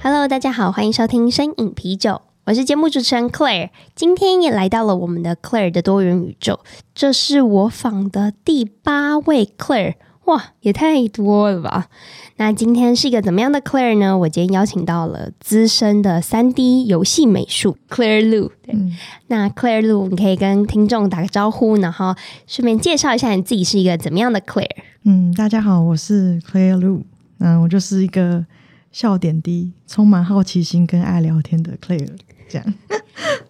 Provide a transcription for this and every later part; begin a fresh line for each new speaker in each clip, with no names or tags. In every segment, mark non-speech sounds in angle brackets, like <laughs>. Hello，大家好，欢迎收听《深饮啤酒》，我是节目主持人 Claire，今天也来到了我们的 Claire 的多元宇宙，这是我访的第八位 Claire，哇，也太多了吧！那今天是一个怎么样的 Claire 呢？我今天邀请到了资深的三 D 游戏美术 Claire Lu，对，
嗯
那 Claire Lu，你可以跟听众打个招呼，然后顺便介绍一下你自己是一个怎么样的 Claire。
嗯，大家好，我是 Claire Lu，嗯，我就是一个笑点低、充满好奇心跟爱聊天的 Claire，这样。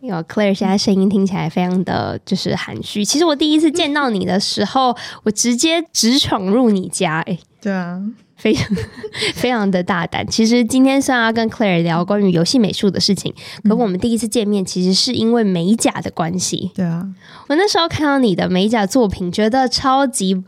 有 Claire 现在声音听起来非常的就是含蓄。其实我第一次见到你的时候，我直接直闯入你家，哎、
对啊，
非 <laughs> 常非常的大胆。其实今天虽然要跟 Claire 聊关于游戏美术的事情，可我们第一次见面其实是因为美甲的关系。
对啊，
我那时候看到你的美甲作品，觉得超级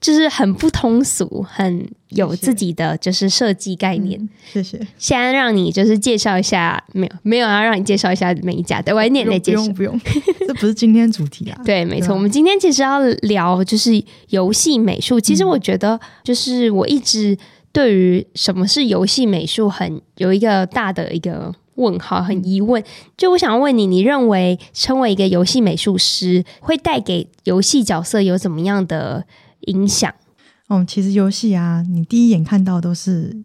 就是很不通俗，很有自己的就是设计概念。
谢谢。
现在让你就是介绍一下，没有没有要让你介绍一下美甲，等晚一点再
不
介绍
用。不用， <laughs> 这不是今天主题啊。
对，没
对
错。
吧
我们今天其实要聊就是游戏美术。其
嗯
实我觉得，就是我一直对于什么是游戏美术很有一个大的一个问号，
嗯
很疑问。就我想问你，你认为身为一个游戏美术师，会带给游戏角色有怎么样的影响？
嗯，其实游戏啊，你第一眼看到都是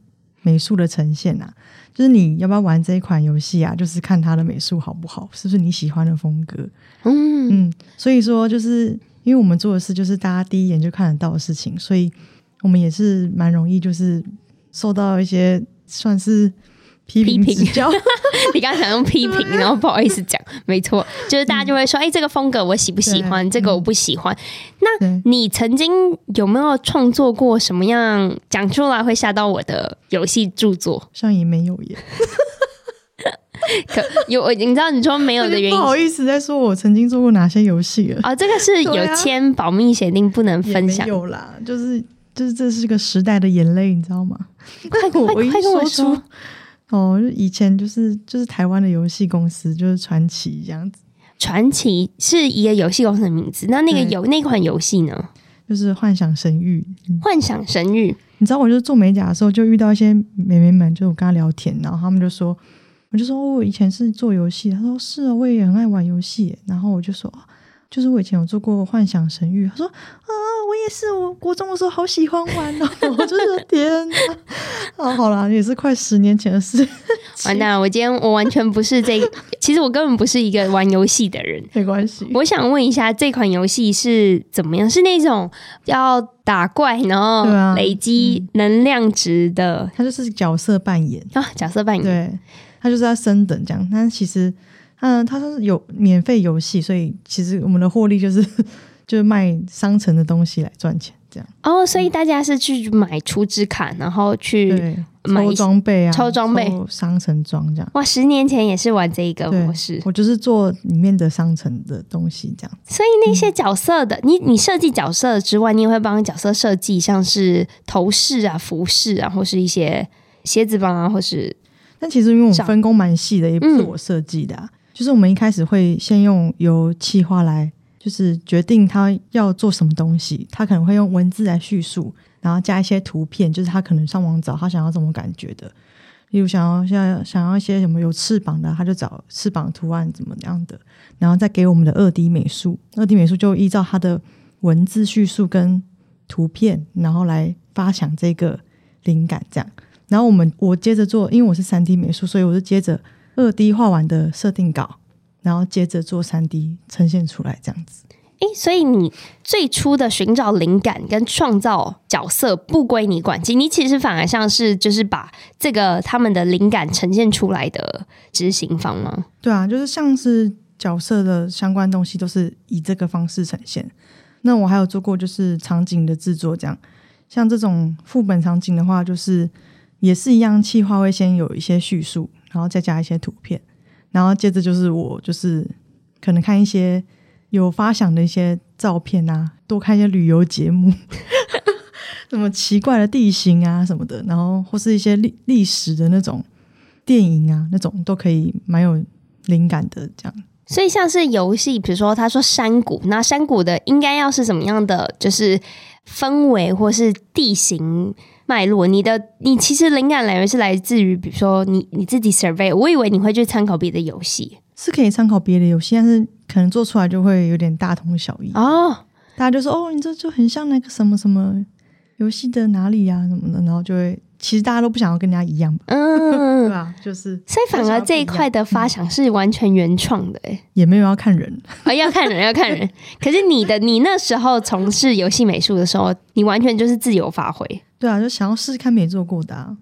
美术的呈现啊，就是你要不要玩这一款游戏啊，就是看它的美术好不好，是不是你喜欢的风格。
嗯，
嗯，所以说就是因为我们做的事就是大家第一眼就看得到的事情，所以我们也是蛮容易就是受到一些算是批评
批评 <laughs>
指教。
<laughs> 你刚刚想用批
<laughs>
评，然后不好意思讲，没错，就是大家就会说，哎、这个风格我喜不喜欢，
对嗯
这个我不喜欢。
对，
你曾经有没有创作过什么样讲出来会吓到我的游戏著作？
像也没有耶，
可有我你知道你说没有的原因
<laughs> 不好意思在说我曾经做过哪些游戏了，
哦，这个是
对
有
啊
签保密协定不能
也
分
没
享。
有啦，就是就是这是个时代的眼泪，你知道吗？
<laughs> 快快
啊 <laughs> 我我一
快跟我
说
说
出，哦，就以前就是就是台湾的游戏公司就是传奇这样子，
传奇是一个游戏公司的名字，那那个
对
游那款游戏
嗯
呢？
就是幻想神域，
幻想神域
你知道，我就做美甲的时候，就遇到一些美眉们，就我跟她聊天，然后她们就说，我就说、哦我以前是做游戏，她说是啊，我也很爱玩游戏耶，然后我就说，哦就是我以前有做过幻想神域，她说啊，我也是，我国中的时候好喜欢玩哦， <laughs> 我就说天哪， <laughs> 啊，好啦，也是快十年前的事，
完蛋了！啊我今天我完全不是这， <laughs> 其实我根本不是一个玩游戏的人。
没关系，
<laughs> 我想问一下，这款游戏是怎么样？是那种要打怪，然后
对啊
累积能量值的
她就是角色扮演，
啊、角色扮演？
对，他就是要升等这样。但其实，嗯，他是有免费游戏，所以其实我们的获利就是 <laughs> 就是卖商城的东西来赚钱，这样
哦，所以大家是去买储值卡，然后去
对，
买一
抽装备啊，
抽装备、嗯
商城装这样。
哇，十年前也是玩这一个
对
模式，，
我就是做里面的商城的东西这样。
所以那些角色的，你你设计角色之外，你也会帮角色设计像是头饰啊、服饰啊，或是一些鞋子帮啊，或是
但其实因为我
这样
们分工蛮细的，也不是我设计的、啊，就是我们一开始会先用由企划来，就是决定他要做什么东西，他可能会用文字来叙述，然后加一些图片，就是他可能上网找他想要什么感觉的，例如想要像想要一些什么有翅膀的，他就找翅膀图案怎么样的，然后再给我们的二 D 美术，二 D 美术就依照他的文字叙述跟图片，然后来发想这个灵感这样。然后我们我接着做，因为我是三 D 美术，所以我就接着二 D 画完的设定稿，然后接着做三 D 呈现出来这样子。
诶，所以你最初的寻找灵感跟创造角色不归你管，其实你其实反而像是就是把这个他们的灵感呈现出来的执行方吗？
对啊，就是像是角色的相关东西都是以这个方式呈现。那我还有做过就是场景的制作，这样像这种副本场景的话，就是也是一样，企划会先有一些叙述，然后再加一些图片，然后接着就是我就是可能看一些有发想的一些照片啊，多看一些旅游节目， <laughs> 什么奇怪的地形啊什么的，然后或是一些历历史的那种电影啊那种都可以蛮有灵感的这样。
所以像是游戏，比如说他说山谷，那山谷的应该要是怎么样的，就是氛围或是地形脉络。你的你其实灵感来源是来自于，比如说你你自己 survey。我以为你会去参考别的游戏
是可以参考别的游戏，但是可能做出来就会有点大同小异。
哦，
大家就说：“哦，你这就很像那个什么什么游戏的哪里啊呀、什么的。”然后就会，其实大家都不想要跟人家一样吧，对
嗯，
吧？就是
所以反而这一块的发想是完全原创的、欸，
也没有要看人，
哦，要看人，要看人。 <laughs> 可是你的你那时候从事游戏美术的时候，你完全就是自由发挥。
对啊，就想要试试看没做过的、啊。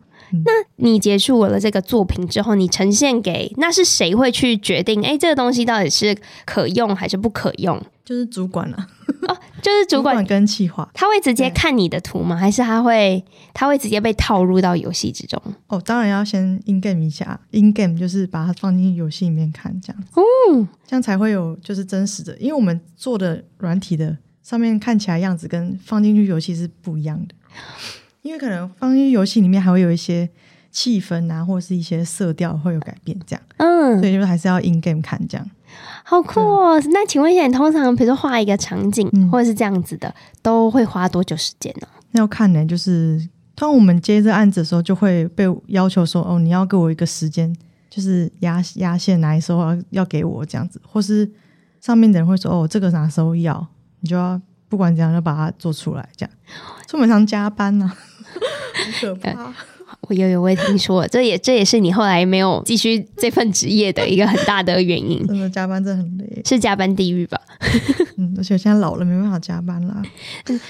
你结束了这个作品之后，你呈现给那是谁会去决定？哎，这个东西到底是可用还是不可用？哦
就是主管了、啊，
就是主管
跟企划
他会直接看你的图吗？还是他会他会直接被套入到游戏之中？
哦，当然要先 in game 一下，in game 就是把它放进游戏里面看，这样子，
嗯，
这样才会有就是真实的，因为我们做的软体的上面看起来样子跟放进去游戏是不一样的，因为可能放进去游戏里面还会有一些气氛啊，或者是一些色调会有改变，这样，
嗯，
所以就是还是要 in game 看这样。
好酷哦！那请问一下，你通常比如说画一个场景、
嗯
或者是这样子的，都会花多久时间呢、
那要看呢、就是当我们接这案子的时候，就会被要求说，哦，你要给我一个时间，就是压压线哪一时候要要给我这样子，或是上面的人会说，哦，这个哪时候要，你就要不管怎样要把它做出来， <laughs> 这样。所以我们常加班啊 <laughs> 呐、很可怕。
我有有我也听说， <laughs> 这也这也是你后来没有继续这份职业的一个很大的原因， <laughs>
真的加班真的很累，
是加班地狱吧？
嗯，而且我现在老了没办法加班啦。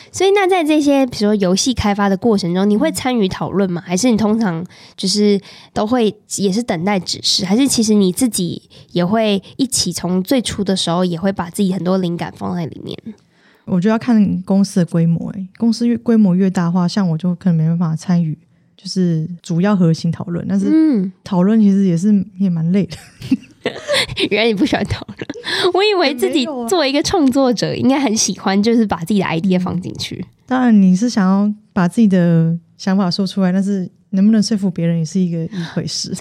所以，那在这些比如说游戏开发的过程中，你会参与讨论吗？还是你通常就是都会也是等待指示？还是其实你自己也会一起从最初的时候也会把自己很多灵感放在里面？ <laughs>
我就要看公司的规模、欸，公司越规模越大的话，像我就可能没办法参与，就是主要核心讨论，但是
嗯，
讨论其实也是也蛮累的， <laughs>
原来你不喜欢讨论，我以为自己
也没有啊
作为一个创作者应该很喜欢，就是把自己的 idea 放进去。
当然你是想要把自己的想法说出来，但是能不能说服别人也是一个一回事。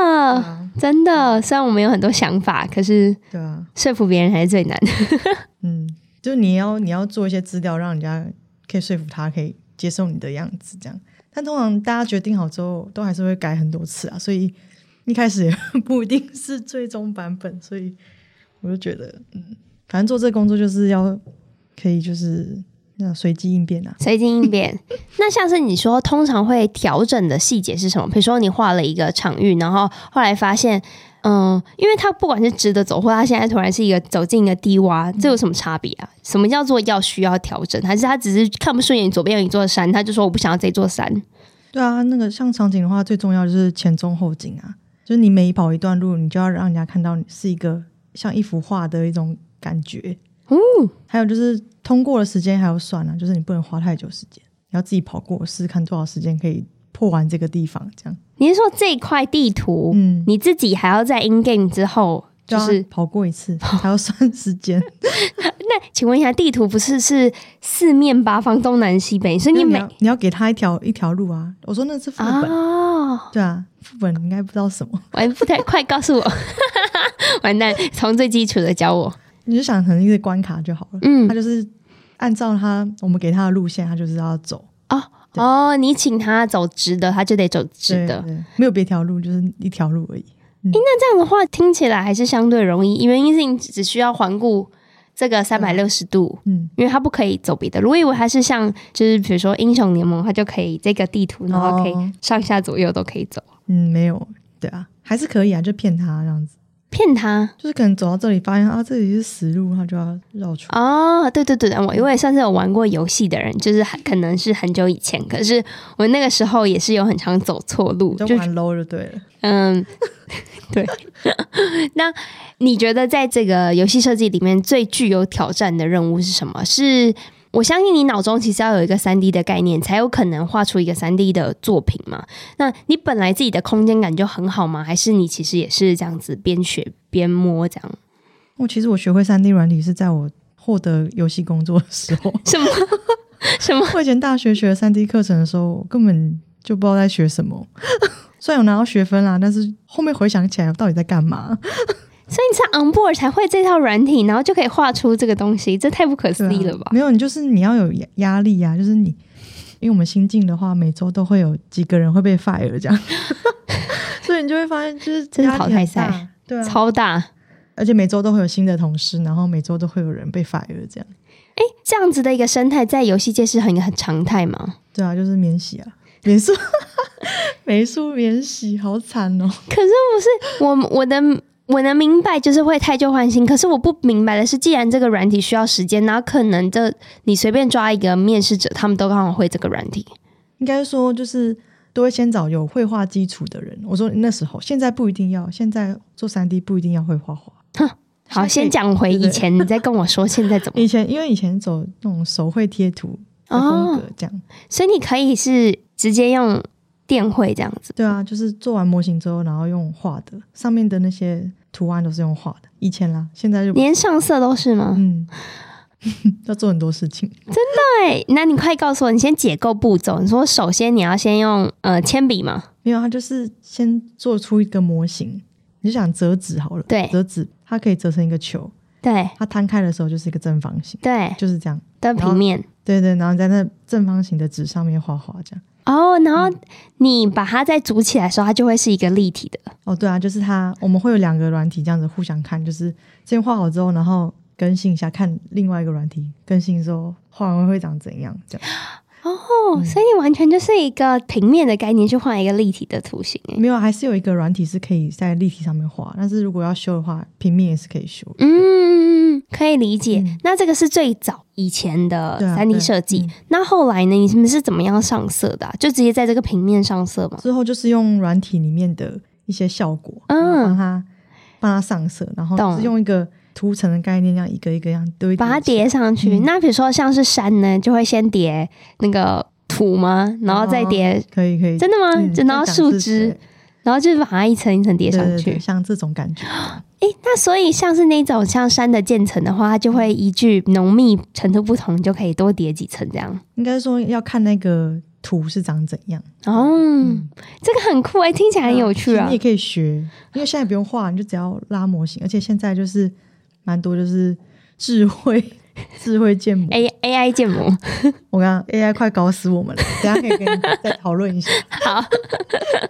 啊，
啊，
真的，虽然我们有很多想法，可是
对啊，
说服别人还是最 <laughs> 难的。
嗯，就你要你要做一些资料，让人家可以说服他可以接受你的样子，这样。但通常大家决定好之后，都还是会改很多次啊，所以一开始也 <laughs> 不一定是最终版本，所以我就觉得，嗯，反正做这个工作就是要可以就是那随机应变啊，
随机应变。那像是你说，通常会调整的细节是什么？比如说你画了一个场域，然后后来发现，嗯，因为它不管是直的走，或它现在突然是一个走进一个低洼，这有什么差别啊？什么叫做要需要调整？还是他只是看不顺眼你左边有一座山，他就说我不想要这座山？
对啊，那个像场景的话，最重要就是前中后景啊，就是你每跑一段路，你就要让人家看到你是一个像一幅画的一种感觉。哦，还有就是通过的时间还要算啊，就是你不能花太久时间，你要自己跑过试试看多少时间可以破完这个地方，这样。
你是说这块地图，
嗯，
你自己还要在 in game 之后？就
对
是
啊，跑过一
<laughs>
次还要算时间，
那，请问一下，地图不是是四面八方、东南西北，所以
因为
你
你
每
要你要给他一条一条路啊。我说那是副
啊
本，对啊，副本你应该不知道什么，
完哎不太快告诉我， <laughs> 完蛋，从最基础的教我。
你就想成一个关卡就好了。
嗯
他，就是按照他我们给他的路线，他就是要走。
哦哦，你请他走直的，他就得走直的。
对对没有别条路，就是一条路而已。
这样的话听起来还是相对容易，原因是你只需要环顾这个三百六十度。
嗯，
因为他不可以走别的路，我以为他是像，就是比如说英雄联盟，他就可以这个地图，然后可以
哦
上下左右都可以走。
嗯，没有，对啊，还是可以啊，就骗他这样子，
骗他
就是可能走到这里发现啊，这里是死路，他就要绕出。
哦，对对对，我因为算是有玩过游戏的人，就是很可能是很久以前，可是我那个时候也是有很常走错路，
哦你就
就
玩 low 就对了。
嗯， <laughs> 对。 <laughs> 那你觉得在这个游戏设计里面最具有挑战的任务是什么？是我相信你脑中其实要有一个三 D 的概念，才有可能画出一个三 D 的作品嘛。那你本来自己的空间感就很好吗？还是你其实也是这样子边学边摸
<laughs>
这样？
我哦其实我学会三 D 软体是在我获得游戏工作的时 <laughs> 候。
什么什么？
我以前大学学三 D 课程的时候，我根本就不知道在学什么。 <laughs> 虽然有拿到学分啦，但是后面回想起来，我到底在干嘛？
所以你是 on board 才会这套软体，然后就可以画出这个东西，这太不可思议了吧？
啊没有，你就是你要有压压力呀、就是你，因为我们新进的话，每周都会有几个人会被 fire 这样， <laughs> 所以你就会发现就是
这是
压力
淘汰
很
赛
大，对啊，
超大！
而且每周都会有新的同事，然后每周都会有人被 fire 这样，
哎，这样子的一个生态在游戏界是很很常态嘛？
对啊，就是免洗啊，免 <laughs> 宿，美术免洗，好惨哦，
可是不是我我的我能明白，就是会太旧换新。可是我不明白的是，既然这个软体需要时间，哪可能这你随便抓一个面试者，他们都刚好会这个软体？
应该说就是。都会先找有绘画基础的人。我说那时候，现在不一定要，现在做三 D 不一定要会画画。现在可
好，
以
先讲回
对
以
对
前，你再跟我说现在怎么 <laughs>
以。前因为以前走那种手绘贴图的风格，这样、
所以你可以是直接用电绘这样子。
对啊，就是做完模型之后，然后用画的，上面的那些图案都是用画的。以前啦，现在就
连上色都是吗？
嗯， <laughs> 要做很多事情。
对，那你快告诉我，你先解构步骤。你说首先你要先用呃铅笔嘛，
没有，它啊就是先做出一个模型，你就想折纸好了，
对
折纸它可以折成一个球，
对
它摊开的时候就是一个正方形，
对
就是这样。
的平面，
对对，然后在那正方形的纸上面画画这样。
哦，然后你把它再组起来的时候，它就会是一个立体的。
哦，对啊，就是它，我们会有两个软体这样子互相看，就是先画好之后，然后更新一下，看另外一个软体更新之后画完会长怎样，这样嗯
哦，所以你完全就是一个平面的概念去画一个立体的图形。诶
没有，啊还是有一个软体是可以在立体上面画，但是如果要修的话，平面也是可以修。
嗯，可以理解。那这个是最早以前的
对啊
三 D
对
设计。
嗯
那后来呢？你们是怎么样上色的啊、就直接在这个平面上色吗？
之后就是用软体里面的一些效果，
嗯
然后帮它帮它上色，然后
懂
是用一个图层的概念，这样一个一个这样堆起来，
把它叠上
嗯
去。那比如说像是山呢，就会先叠那个土吗？然后再叠，
可以可以，
真的吗？
嗯
就然后
这样
树
子
枝，然后就是把它一层一层叠
对
上
对对
去。
对，像这种感觉。
诶，那所以像是那种像山的建层的话，它就会依据浓密程度不同，就可以多叠几层这样。
应该说要看那个图是长怎样，
哦，这个很酷诶，听起来很有趣啊
哦你也。可以学，因为现在不用画，你就只要拉模型，而且现在就是蛮多就是智慧 <laughs> 智慧建模。
A A I 建
<laughs>
模，
我刚刚 AI 快搞死我们了，等一下可以跟你再讨论一下。
好，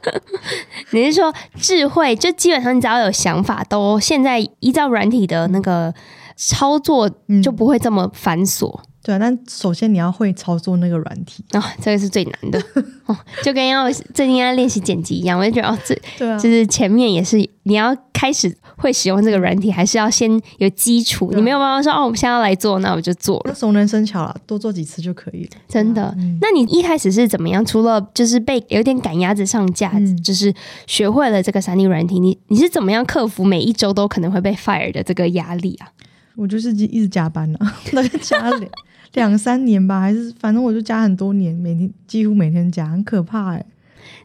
<laughs> 你是说智慧？就基本上你只要有想法，都现在依照软体的那个操作，
嗯
就不会这么繁琐。
对啊，但首先你要会操作那个软体，
哦，这个是最难
<laughs>
的，哦，就跟要最近在练习剪辑一样，我就觉得哦，这
对啊，
就是前面也是你要开始会使用这个软体，还是要先有基础。
对啊
你没有办法说哦，我们现在要来做，那我就做了。
那熟能生巧啦，多做几次就可以了。
真的，
嗯
那你一开始是怎么样？除了就是被有点赶鸭子上架，
嗯
就是学会了这个三 D 软体，你你是怎么样克服每一周都可能会被 fire 的这个压力啊？
我就是一直加班啊， <laughs> 大概加了两两三年吧，还是反正我就加很多年，每天几乎每天加，很可怕哎、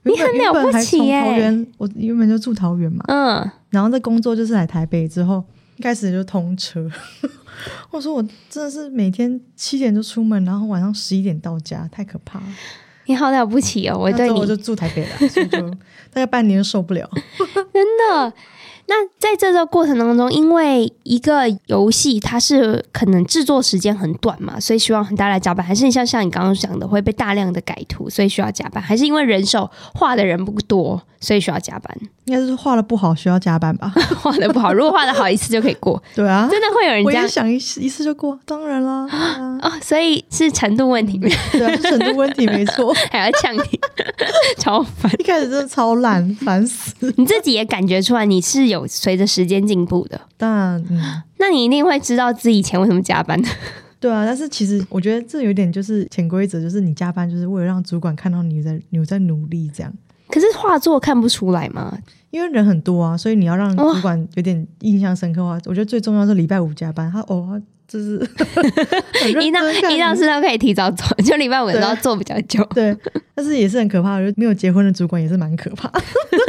你很
原本
了不
原本还
起
从
欸
桃园，我原本就住桃园嘛，
嗯，
然后这工作就是来台北之后，一开始就通车。 <laughs> 我说我真的是每天七点就出门，然后晚上十一点到家，太可怕了。
你好了不起哦，我
那
对
之后
你
我就住台北了，所以就 <laughs> 大概半年受不了。
那在这个过程当中，因为一个游戏它是可能制作时间很短嘛，所以需要很大的加班，还是像像你刚刚讲的会被大量的改图，所以需要加班，还是因为人手画的人不多，所以需要加班，
应该是画的不好，需要加班吧？ <laughs>
画的不好，如果画的好一次就可以过，
对啊，
真的会有人
我
这
也
样
想一次一次就过，当然
<gasps>
啦，对啊
哦，所以是程度问题，
对啊，是程度问题没错。
<laughs>
<laughs>
还要呛你， <laughs> 超烦。
一开始真的超懒，烦死。
你自己也感觉出来你是有随着时间进步的，
但嗯，
那你一定会知道自己以前为什么加班的， <laughs>
对啊，但是其实我觉得这有点就是潜规则，就是你加班就是为了让主管看到你在你有在努力这样，
可是画作看不出来吗？
因为人很多啊，所以你要让
哇
主管有点印象深刻啊。我觉得最重要是礼拜五加班，他哦，他就是
<laughs>
很认
一到
真看
一到
你
四都可以提早走， <laughs> 就礼拜五都要做比较久。
对，但是也是很可怕的，就没有结婚的主管也是蛮可
<laughs>
怕的。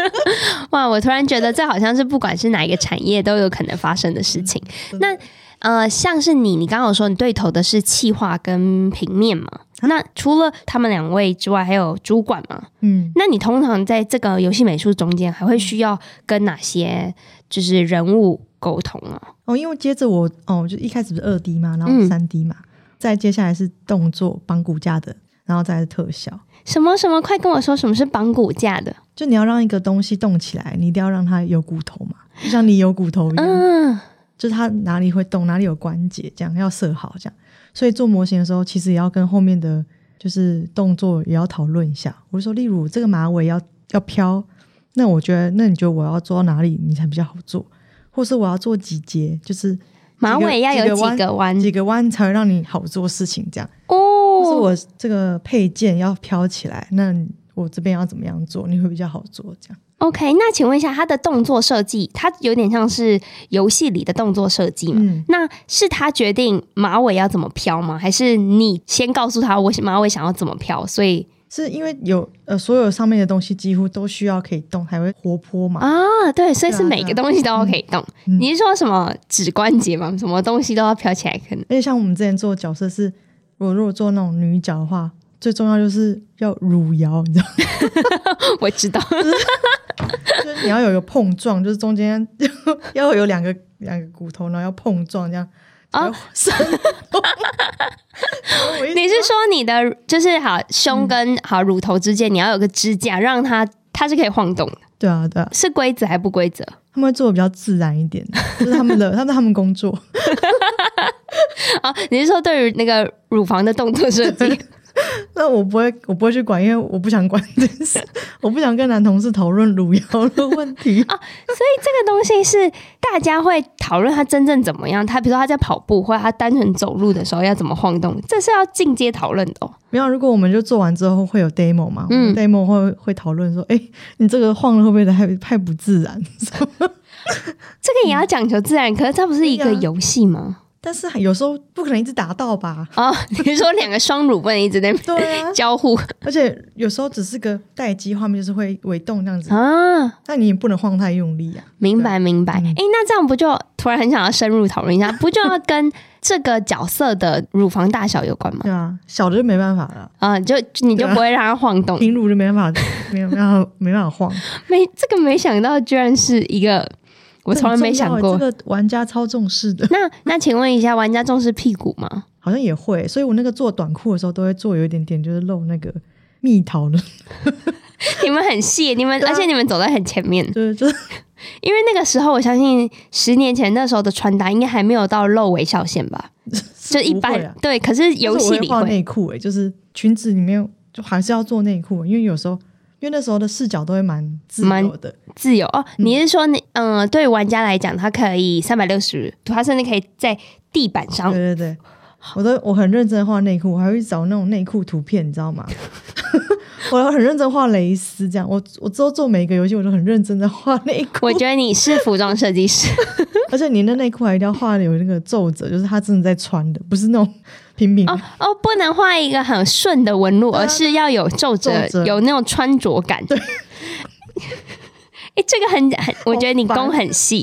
<laughs> 哇，我突然觉得这好像是不管是哪一个产业都有可能发生的事情。那呃，像是你，你刚刚有说你对头的是企划跟平面嘛？那除了他们两位之外，还有主管嘛？
嗯，
那你通常在这个游戏美术中间，还会需要跟哪些就是人物沟通啊？
哦，因为接着我哦，就一开始不是二 D 嘛，然后
嗯
三 D 嘛，再接下来是动作绑骨架的，然后再来是特效。
什么什么？快跟我说什么是绑骨架的？
就你要让一个东西动起来，你一定要让它有骨头嘛，就像你有骨头一样，
嗯，
就是它哪里会动，哪里有关节，这样要设好这样。所以做模型的时候，其实也要跟后面的就是动作也要讨论一下。我就说，例如这个马尾要要飘，那我觉得，那你觉得我要做到哪里你才比较好做，或是我要做几节，就是
马尾要有几
几
个
个
弯
几个弯才会让你好做事情这样。或是
哦？
我这个配件要飘起来，那我这边要怎么样做，你会比较好做这样。
OK，那请问一下，它的动作设计，它有点像是游戏里的动作设计嘛？
嗯
那是他决定马尾要怎么飘吗？还是你先告诉他我马尾想要怎么飘？所以
是因为有呃，所有上面的东西几乎都需要可以动，才会活泼嘛。
啊，对，所以
对啊
是每个东西都要可以动。
嗯
你是说什么指关节吗？什么东西都要飘起来？可能
而且像我们之前做角色是，我如果做那种女角的话，最重要就是要乳摇，你知
<laughs>
道吗，
我知道，
就是你要有一个碰撞，就是中间 <laughs> 要有两个两个骨头，然后要碰撞这样。
哦
啊，生动我一直
<laughs> 你是说你的就是好胸跟好乳头之间，你要有个支架，让它它是可以晃动的，
对啊对啊，
是规则还不规则？
他们会做的比较自然一点，就是他
<laughs>
们的，他们他们工作。
啊，你是说对于那个乳房的动作设计？
那我不会，我不会去管，因为我不想管这件事，我不想跟男同事讨论乳摇的问题。
这个东西是大家会讨论他真正怎么样，他比如说他在跑步或者他单纯走路的时候要怎么晃动，这是要进阶讨论的、哦。
没有，如果我们就做完之后会有 demo 嘛，
嗯
嗯，demo 会会讨论说，哎、你这个晃了会不会太太不自然？ <laughs>
这个也要讲求自然，可是它不是一个游戏吗？
但是有时候不可能一直达到吧？
哦，你是说两个双乳不能一直在那边，
对啊
交互
而且有时候只是个待机画面，就是会微动这样子，
啊？
那你也不能晃太用力啊。
明白明白。哎、
嗯
那这样不就突然很想要深入讨论一下，不就要跟这个角色的乳房大小有关吗？
对啊，小的就没办法了，
啊，就你就
对啊
不会让它晃动。
平乳就没办法， <laughs> 没有没办法没办法晃。
没这个没想到，居然是一个 <laughs> 我从来没想过。
这很重要欸这个玩家超重视的， <laughs>
那那请问一下，玩家重视屁股吗？
好像也会，所以我那个做短裤的时候都会做有一点点就是露那个蜜桃的， <laughs>
你们很细，你们、
对啊
而且你们走在很前面，
就是就是
因为那个时候我相信十年前那时候的穿搭应该还没有到露微笑线吧，就一
不
般、
会啊
对。可是游戏
就是
里
我会画
会
内裤，哎，就是裙子里面就还是要做内裤欸，因为有时候因为那时候的视角都会蛮自
蛮
由的，
自由哦。你是说你嗯、呃对玩家来讲，他可以三百六十，他甚至可以在地板上
对对对。我都我很认真地画内裤，我还会找那种内裤图片，你知道吗？ <laughs> 我很认真画蕾丝，这样我我之后做每一个游戏，我都很认真的画内裤 <laughs>
<laughs> 我。觉得你是服装设计师，
而且你的内裤还一定要画的有那个皱褶，就是它真的在穿的，不是那种平平的。
哦哦，不能画一个很顺的纹路，
啊
而是要有皱褶
皱，褶
有那种穿着感。 <laughs> 对，哎、这个很很，我觉得你
好烦
工很细，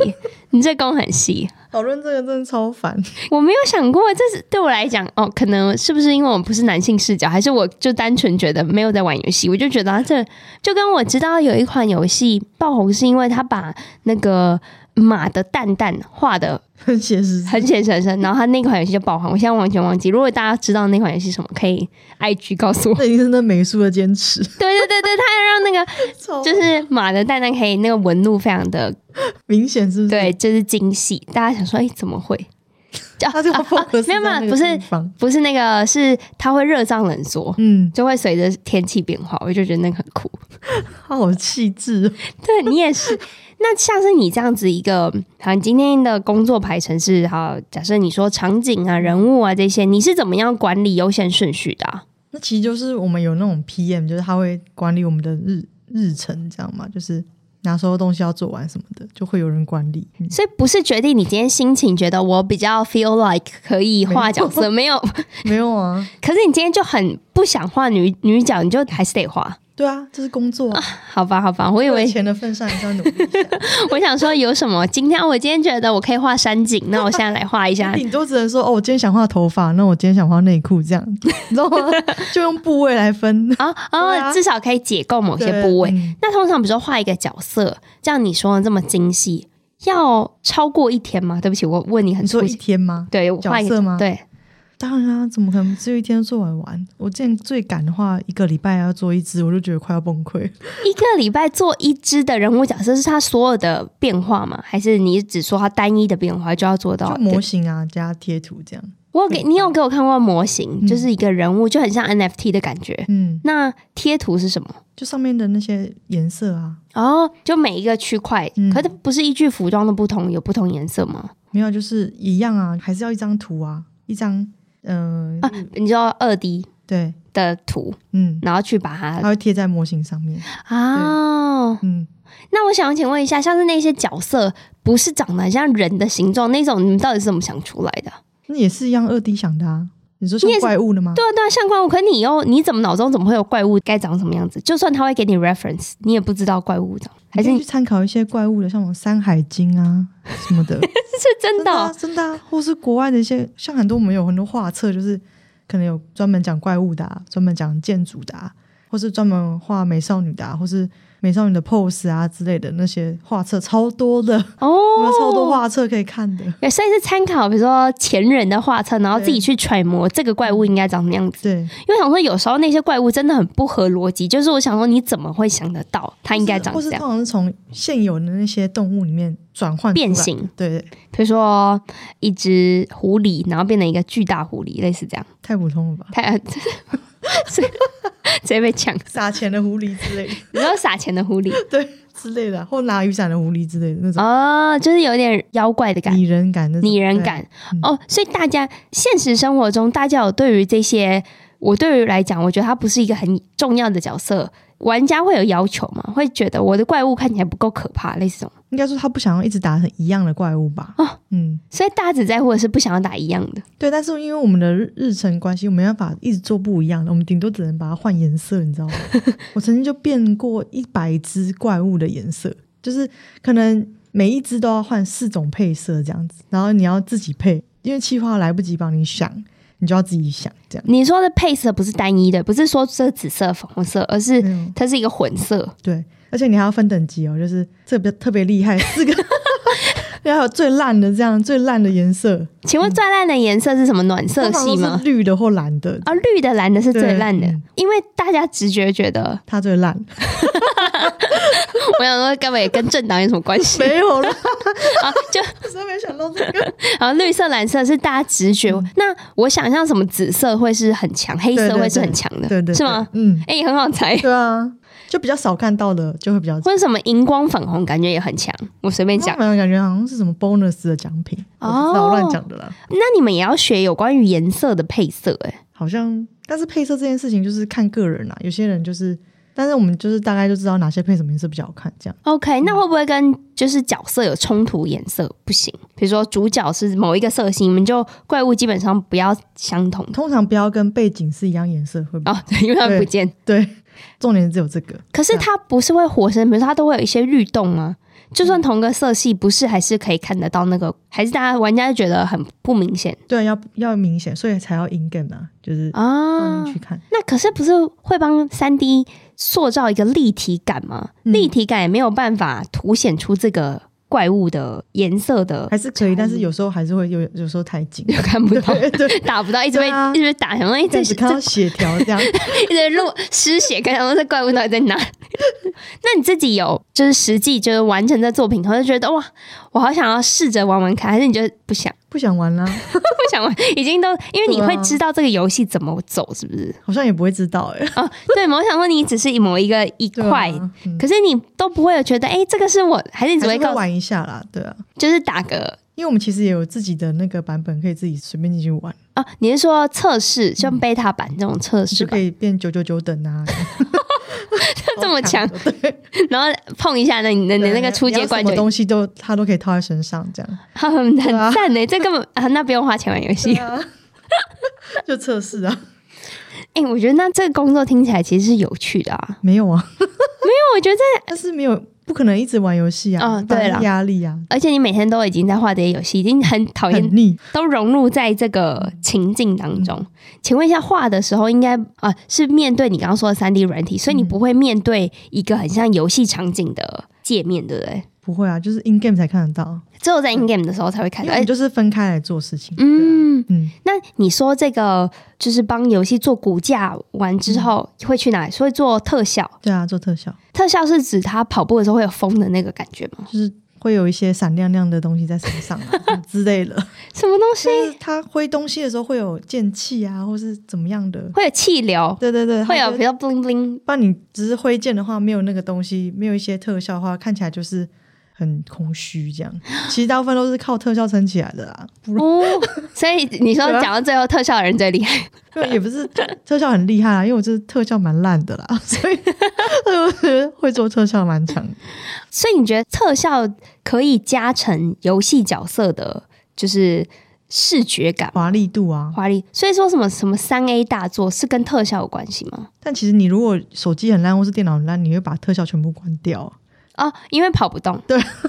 你这工很细。
讨论这个真的超烦。
我没有想过，这是对我来讲哦，可能是不是因为我们不是男性视角，还是我就单纯觉得没有在玩游戏，我就觉得、啊、这就跟我知道有一款游戏爆红，是因为他把那个马的蛋蛋画的
很写实，
很显神神，然后他那款游戏就爆红，我现在完全忘记。如果大家知道那款游戏是什么，可 <laughs> 以 IG 告诉我。
这已经是那美术的坚
<laughs>
持，
对对对对，他要让那个
超
就是马的蛋蛋可以那个纹路非常的
明显是不是？
<laughs> 对，就是精细。大家想说，哎、怎么会？啊
它这个 focus
没
在
有
那个
没有，不是
地方
不是那个，是它会热胀冷缩，
嗯，
就会随着天气变化，我就觉得那个很酷。
好气质哦，
对你也是。 <laughs> 那像是你这样子一个，好，你今天的工作排程是好，假设你说场景啊、人物啊这些，你是怎么样管理优先顺序的、啊？
那其实就是我们有那种 PM，就是他会管理我们的日日程，这样嘛，就是哪时候东西要做完什么的，就会有人管理。嗯
所以不是决定你今天心情，觉得我比较 feel like 可以画角色，没有。
没有啊，
<laughs> 可是你今天就很不想画女女角，你就还是得画。
对啊，这是工作、啊，
好吧，好吧，我以
为
为
钱的份上还是要努 <laughs> 力一下。
我想说有什么，今天我今天觉得我可以画山景，那我现在来画一下
顶多只能说哦，我今天想画头发，那我今天想画内裤，这样，你知道吗？ <laughs> 就用部位来 <laughs> 分
哦
对啊
哦，至少可以解构某些部位。
对嗯
那通常比如说画一个角色，像你说的这么精细，要超过一天吗？对不起，我问你很
你说
粗
一
浅。
天吗？
对，我画一
角
个
色吗
对，
当然啊，怎么可能只有一天做完完？我之前最赶的话，一个礼拜要做一支，我就觉得快要崩溃。
一个礼拜做一只的人物角色，是它所有的变化吗？还是你只说它单一的变化就要做到
就？模型啊，加贴图这样。
我有给你有给我看过模型，
嗯
就是一个人物就很像 NFT 的感觉。
嗯，
那贴图是什么？
就上面的那些颜色啊，
哦，就每一个区块，
嗯
可是不是依据服装的不同有不同颜色吗？
没有，就是一样啊，还是要一张图啊，一张，嗯、
啊，你知道二 D
对，
的图，
嗯，
然后去把它
它会贴在模型上面，
啊、
嗯，
那我想请问一下，像是那些角色不是长得很像人的形状那种，你们到底是怎么想出来的？
那也是一样二 D 想的啊。你说像
你也是
怪物的吗？
对啊，对啊，像怪物，可你又你怎么脑中怎么会有怪物该长什么样子？就算他会给你 reference，你也不知道怪物长，还
还
是
是
你
去参考一些怪物的，像什么《山海经》啊什么的，
是 <laughs> 真的
啊
哦？
真的啊，或是国外的一些，像很多我们有很多画册，就是可能有专门讲怪物的、啊，专门讲建筑的、啊，或是专门画美少女的、啊，或是美少女的 pose 啊之类的那些画册，超多的，我们超多
哦，
画册可以看的。
也算是参考，比如说前人的画册，然后自己
对
去揣摩这个怪物应该长什么样子。
对，
因为我想说，有时候那些怪物真的很不合逻辑，就是我想说，你怎么会想得到它应该长
或
这
是通
样？
常是从现有的那些动物里面转换出来
变形，
对，
比如说一只狐狸，然后变成一个巨大狐狸，类似这样。
太普通了吧？
太 <laughs> 直直接被抢。
撒钱的狐狸之类的， <laughs>
你说撒钱的狐狸
对之类的，啊或拿雨伞的狐狸之类的那种
哦，就是有点妖怪的感
拟
觉。
人感那种
拟人
对
感
嗯
哦，所以大家现实生活中，大家有对于这些，我对于来讲，我觉得它不是一个很重要的角色。玩家会有要求吗？会觉得我的怪物看起来不够可怕，类似这种。
应该说他不想要一直打成一样的怪物吧？
哦
嗯，
所以大家只在乎的是不想要打一样的。
对。但是因为我们的日日程关系，我没办法一直做不一样的，我们顶多只能把它换颜色，你知道吗？我曾经就变过一百只怪物的颜色，就是可能每一只都要换四种配色这样子，然后你要自己配，因为气化来不及帮你想，你就要自己想这样。
你说的配色不是单一的，不是说这紫色、粉红色，而是
没有
它是一个混色。
对，而且你还要分等级哦，就是特别特别厉害，四个，然后最烂的这样，最烂的颜色，
请问最烂的颜色是什么？暖色
通常
系
都
吗
是？绿的或蓝的，
啊，绿的、蓝的是最
对
烂的
嗯，
因为大家直觉觉得， <laughs>
它最烂。
我想说，根本也跟政党有什么关系
没有 <laughs> 啦，
啊？就
我真没想到这个。
然后绿色、蓝色是大家直觉，那我想象什么紫色会是很强，黑色会是很强的，
嗯对对，对
是吗？？
嗯，
哎、很好猜， <laughs>
对啊，就比较少看到的，就会比较。
或者什么荧光粉红，感觉也很强。我随便讲
好，像感觉好像是什么 bonus 的奖品，我不知道
哦
乱讲的啦。
那你们也要学有关于颜色的配色、哎，
好像，但是配色这件事情就是看个人啦，有些人就是，但是我们就是大概就知道哪些配什么颜色比较好看，这样。
OK，那会不会跟就是角色有冲突？颜色不行，比如说主角是某一个色系，你们就怪物基本上不要相同的
通常不要跟背景是一样颜色，会比较
哦，对，因为它
对
不见。
<laughs> 对。重点只有这个，
可是它不是会活生，比如说它都会有一些律动吗？就算同个色系，不是还是可以看得到那个，还是大家玩家就觉得很不明显
对，啊要要明显，所以才要 in game 啊，就是
啊
放进去看。
那可是不是会帮三 D 塑造一个立体感吗？
嗯
立体感也没有办法凸显出这个怪物的颜色的，
还是可以，但是
有
有时候还是会有有时候太紧，
看不到。
对
<laughs>
对，
打不到，一直被、
对啊
一直被打，想说哎，这
但只
是
看
这
到血条这样， <laughs>
一直落失血，跟想说这怪物到底在哪？ <laughs> 那你自己有就是实际就是完成这作品后，就觉得哇，我好想要试着玩玩看，还是你觉得不想？ <laughs>
不想玩啦、
不想玩，已经都因为你
对啊
会知道这个游戏怎么走，是
<laughs>
不是？
好像也不会知道哎、欸。
哦，对，我想说你只是某一个一
对
块，
啊嗯
可是你都不会有觉得，哎、这个是我，还是你只
还
会
是会
告诉，
玩一下啦，对啊，
就是打个
因为我们其实也有自己的那个版本，可以自己随便进去玩，
哦，你是说测试，像贝塔版这种测
你
试
就
吧
可，以变九九九等
<laughs>
啊，
这么强， <laughs>
对，
然后碰一下那你的你
对
那个初阶
你要
冠
什么
军，
东西都他都可以套在身上，这样
<laughs> 很
对啊
很赞呢，这根本啊，那不用花钱玩游戏。
就测试
<laughs>
啊，
哎、我觉得那这个工作听起来其实是有趣的啊，
没有啊，
因为我觉得这，
但是没有不可能一直玩游戏啊，
嗯对啦
反正压力啊，
而且你每天都已经在画这些游戏，已经很嗯讨厌
很腻，
都融入在这个情境当中。请问一下，画的时候应该啊、呃是面对你刚刚说的三 D 软体，所以你不会面对一个很像游戏场景的界面，对不对？
不会啊，就是 in game 才看得到，
只有在 in game 的时候才会看
因
到。
为我
哎
们、就是分开来做事情，
嗯，
嗯，
那你说这个就是帮游戏做骨架完之后会去哪里？所以做特效，
对啊，做特效
特效是指他跑步的时候会有风的那个感觉吗？
就是会有一些闪亮亮的东西在身上啊
<laughs>
什么之类的，
什么东西
就是他挥东西的时候会有剑气啊，或是怎么样的，
会有气流？
对对对，
会有
他就
比较 bling bling
<laughs> 不然你只是挥剑的话，没有那个东西，没有一些特效的话，看起来就是很空虚这样。其实大部分都是靠特效撑起来的
<laughs>
啦，不然
哦，所以你说
对啊
讲到最后特效的人最厉害，
没有也不是特效很厉害啊啦，因为我这特效蛮烂的啦，所以 <laughs> 所以我觉得会做特效蛮强的。
所以你觉得特效可以加成游戏角色的，就是视觉感
华丽度啊。
华丽。所以说什么什么三 A 大作是跟特效有关系吗？
但其实你如果手机很烂或是电脑很烂，你会把特效全部关掉。啊
哦，因为跑不动，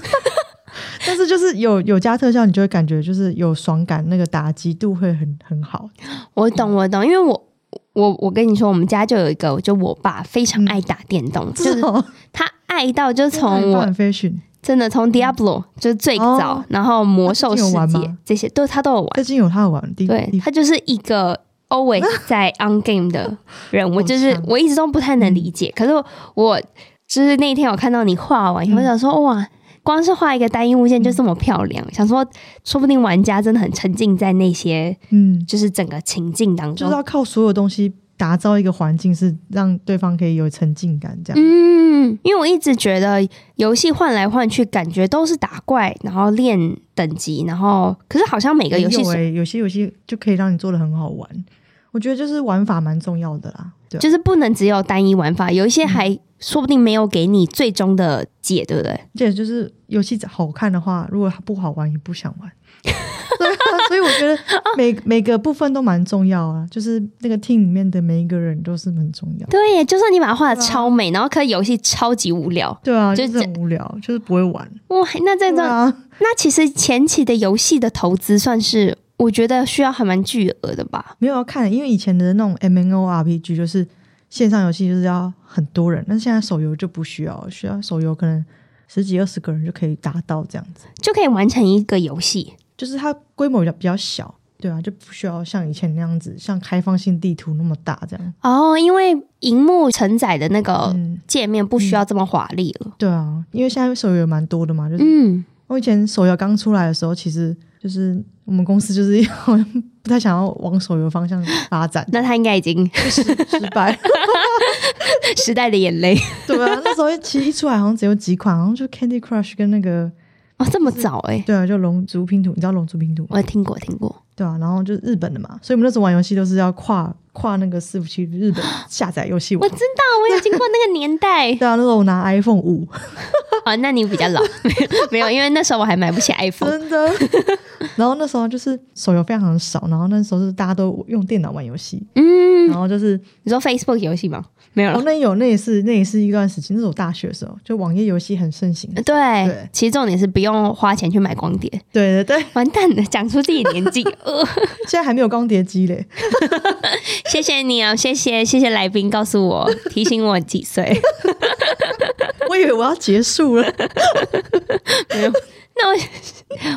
<laughs> 但是就是有有加特效，你就会感觉就是有爽感，那个打击度会很很好。
我懂我懂，因为我。我我跟你说，我们家就有一个，就我爸非常爱打电动，就是
哦，
他爱到就是从我
很 fashion，
真的从 Diablo 就是最早，
哦
然后魔兽
他最
世
近有玩
界
吗
这些，对他都有玩。
最近有他的玩地
对
地
他就是一个 always 在 on game 的人，我就是
强
我一直都不太能理解。可是我就是那一天我看到你画完以后，我想说哇，光是画一个单一物件就这么漂亮，想说说不定玩家真的很沉浸在那些
嗯，
就是整个情境当
就是
中。
要靠所有东西打造一个环境，是让对方可以有沉浸感，这样。
嗯，因为我一直觉得游戏换来换去，感觉都是打怪，然后练等级，然后可是好像每个游戏
有
是
欸有些游戏就可以让你做的很好玩。我觉得就是玩法蛮重要的啦，对啊，
就是不能只有单一玩法，有一些还说不定没有给你最终的解，对不对？
而且就是游戏好看的话，如果它不好玩也不想玩。 <laughs> 对啊，所以我觉
<laughs>
得每每个部分都蛮重要啊，就是那个 team 里面的每一个人都是很重要。
对耶，就算你把它画的超美，然后可游戏超级无聊，
对啊，
就
就是是很无聊，就是不会玩。
哇，那这
对
种、
啊，
那其实前期的游戏的投资算是我觉得需要还蛮巨额的吧？
没有要看，因为以前的那种 M N O R P G 就是线上游戏就是要很多人，但是现在手游就不需要，需要手游可能十几二十个人就可以达到这样子，
就可以完成一个游戏，
就是它规模比较比较小，对啊，就不需要像以前那样子，像开放性地图那么大这样。
哦，因为荧幕承载的那个
嗯，
界面不需要这么华丽了。
对啊，因为现在手游蛮多的嘛，就是、
嗯，，
我以前手游刚出来的时候，其实就是我们公司就是好像 <laughs> 不太想要往手游方向发展
<laughs> 那他应该已经
失败。
时代的眼泪
对啊，那时候其实一出来好像只有几款，好像就 Candy Crush 跟那个
哦，这么早哎、
对啊，就龙族拼图，你知道龙族拼图吗？
我听过听过，
对啊，然后就是日本的嘛，所以我们那时候玩游戏都是要跨跨那个伺服器日
<laughs>
本下载游戏
我
玩。
知道，我有经过那个年代
对啊，那时候我拿 iPhone
<laughs>
五，
啊、那你
<laughs>
比较老，没有，因为那时候我还买不起 iPhone。
真的。然后那时候就是手游非常少，然后那时候是大家都用电脑玩游戏，
嗯，
然后就是
你说 Facebook 游戏吗？没有了
哦，。那有那也是那也是一段时期，那是我大学的时候，就网页游戏很盛
<laughs>
行。
对，
对
其实重点是不用花钱去买光碟，
对对对，
完蛋了，讲出自己年纪。呃， <laughs>
现在还没有光碟机嘞。
谢谢你啊，谢谢谢谢来宾告诉我，提醒我
<laughs>
几岁。
我以为我要结束了。
<laughs> 那我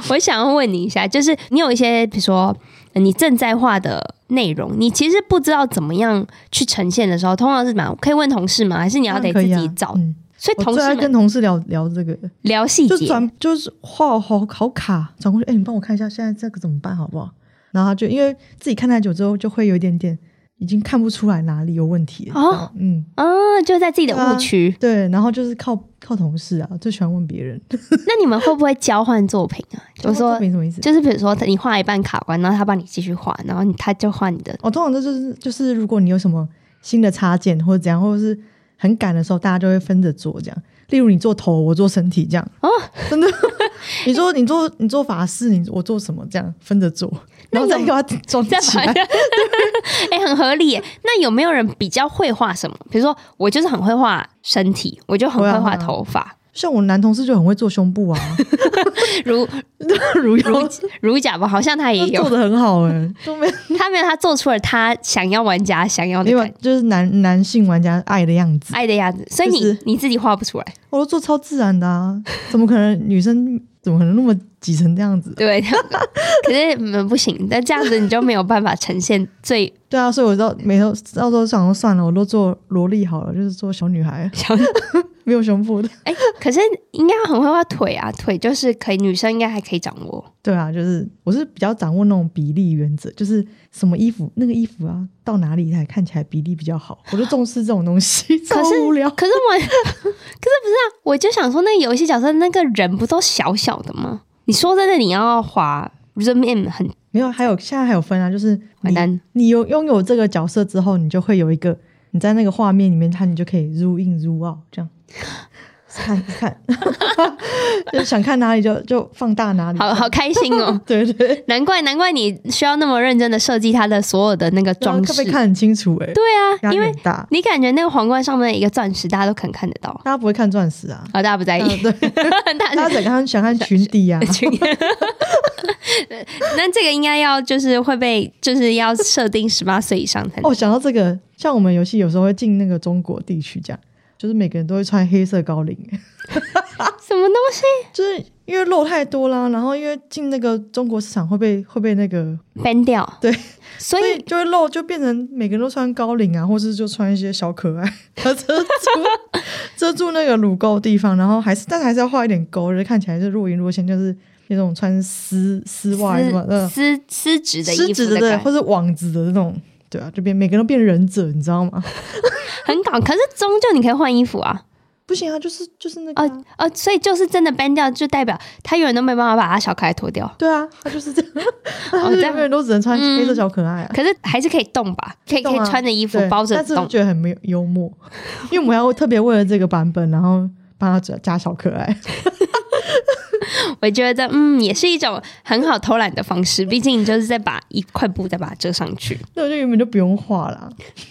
我想要问你一下，就是你有一些比如说呃你正在画的内容，你其 <laughs> 实不知道怎么样去呈现的时候，通常是怎么样？可以问同事吗？还是你
你
要得自己找？
嗯，
所以
我
同
最爱
事
跟啊
们
同事聊聊这个，
聊细
就
节，
转就是画好好卡，转过去，哎、你帮我看一下现在这个怎么办好不好？然后他就因为自己看太久之后，就会有一点点已经看不出来哪里有问题了。
哦
嗯，啊
哦，就在自己的误区。
对，然后就是靠靠同事啊，最喜欢问别
<laughs>
人。
那你们会不会交换作品啊？
<laughs>
就说
没什么意思。
就是比如说你画一半卡关，然后他帮你继续画，然后你他就画你的。
哦我、通常这就是就是，如果你有什么新的插件或者怎样，或者是很赶的时候，大家就会分着做这样。例如你做头，我做身体这样。哦，真的， <laughs> 你做你做你做法事，你我做什么这样分着做，然后再给它 <laughs> 装
再
起
把
来
它。哎、很合理耶。那有没有人比较会画什么？比如说，我就是很会画身体，我就很
会
会
啊
画
会啊
头发，
像我男同事就很会做胸部 <laughs> 啊，
如
乳
如
油
如假吧，好像他也
就做
有，
的很好哎、 <laughs> 都没有
他没有他做出了他想要玩家想要的
没有
感觉
就是男男性玩家爱的样子，
爱的样子，所以你、
就是
你自己画不出来，
我都做超自然的啊，怎么可能女生怎么可能那么挤成这样子？
对。 <laughs> 可是你们不行，那这样子你就没有办法呈现最
对啊，所以我到每到到时候想说算了，我都做萝莉好了，就是做 <laughs> 小女孩，
小
没有胸部的。
哎、可是应该很会画腿啊，腿就是可以，女生应该还可以掌握。
对啊，就是我是比较掌握那种比例原则，就是什么衣服那个衣服啊，到哪里才看起来比例比较好，我就重视这种东 <laughs> 西，超
可是
无聊。
可是我，可 <laughs> 是不是啊？我就想说，那个游戏角色那个人不都小小的吗？你说真的，你要滑 zoom in 很
没有，还有现在还有分啊，就是
完
你
蛋，
你有拥有这个角色之后，你就会有一个你在那个画面里面，它你就可以 zoom in zoom out <laughs> 这样。看看， <laughs> 就想看哪里就就放大哪里。。
好好开心哦 <laughs>
对对对，
难怪难怪你需要那么认真的设计它的所有的那个装
啊可
饰
被，看很清楚哎、欸，
对
压
啊，
力
因
很
为
大。
你感觉那个皇冠上面的一个钻石，大家都可能看得到，
大家不会看钻石
<laughs>
啊，
好，大家不在意，
嗯对，大
大
家只看想看裙底
<laughs>
啊，
群。那这个应该要就是会被就是要设定十八岁以上才能。
哦，想到这个，像我们游戏有时候会进那个中国地区，这样就是每个人都会穿黑色高领， <laughs>
什么东西
就是因为肉太多啦，然后因为进那个中国市场会被会被那个，
ban 掉？
对，
所
所以
以
就会肉就变成每个人都穿高领啊，或是就穿一些小可爱， <laughs> 遮住遮住那个乳沟地方，然后还是但还是要画一点勾，就是看起来是若隐若现，就是那种穿丝丝袜还是什么的。
丝丝丝质的
狮
衣服
呃子的对，
感觉
或者网子的那种，对啊，就变每个人都变忍者，你知道吗？
很搞，可是终究你可以换衣服啊，
<laughs> 不行啊，就是就是那个啊、
哦哦，所以就是真的 ban 掉，就代表他永远都没办法把他小可爱脱
<laughs>
掉。
对啊，他就是这样，他
这
就是
样
永远都只能穿
嗯
黑色小可爱啊。
可是还是可以动吧，可以可
懂啊
以穿着衣服
对
包着
但是我
动，
觉得很没有幽默，因为我们要特别为了这个版本，然后帮他加加小可爱。
我觉得嗯也是一种很好偷懒的方式，毕竟你就是在把一块布再把它遮上去。
那我就原本就不用画
<laughs>
啦，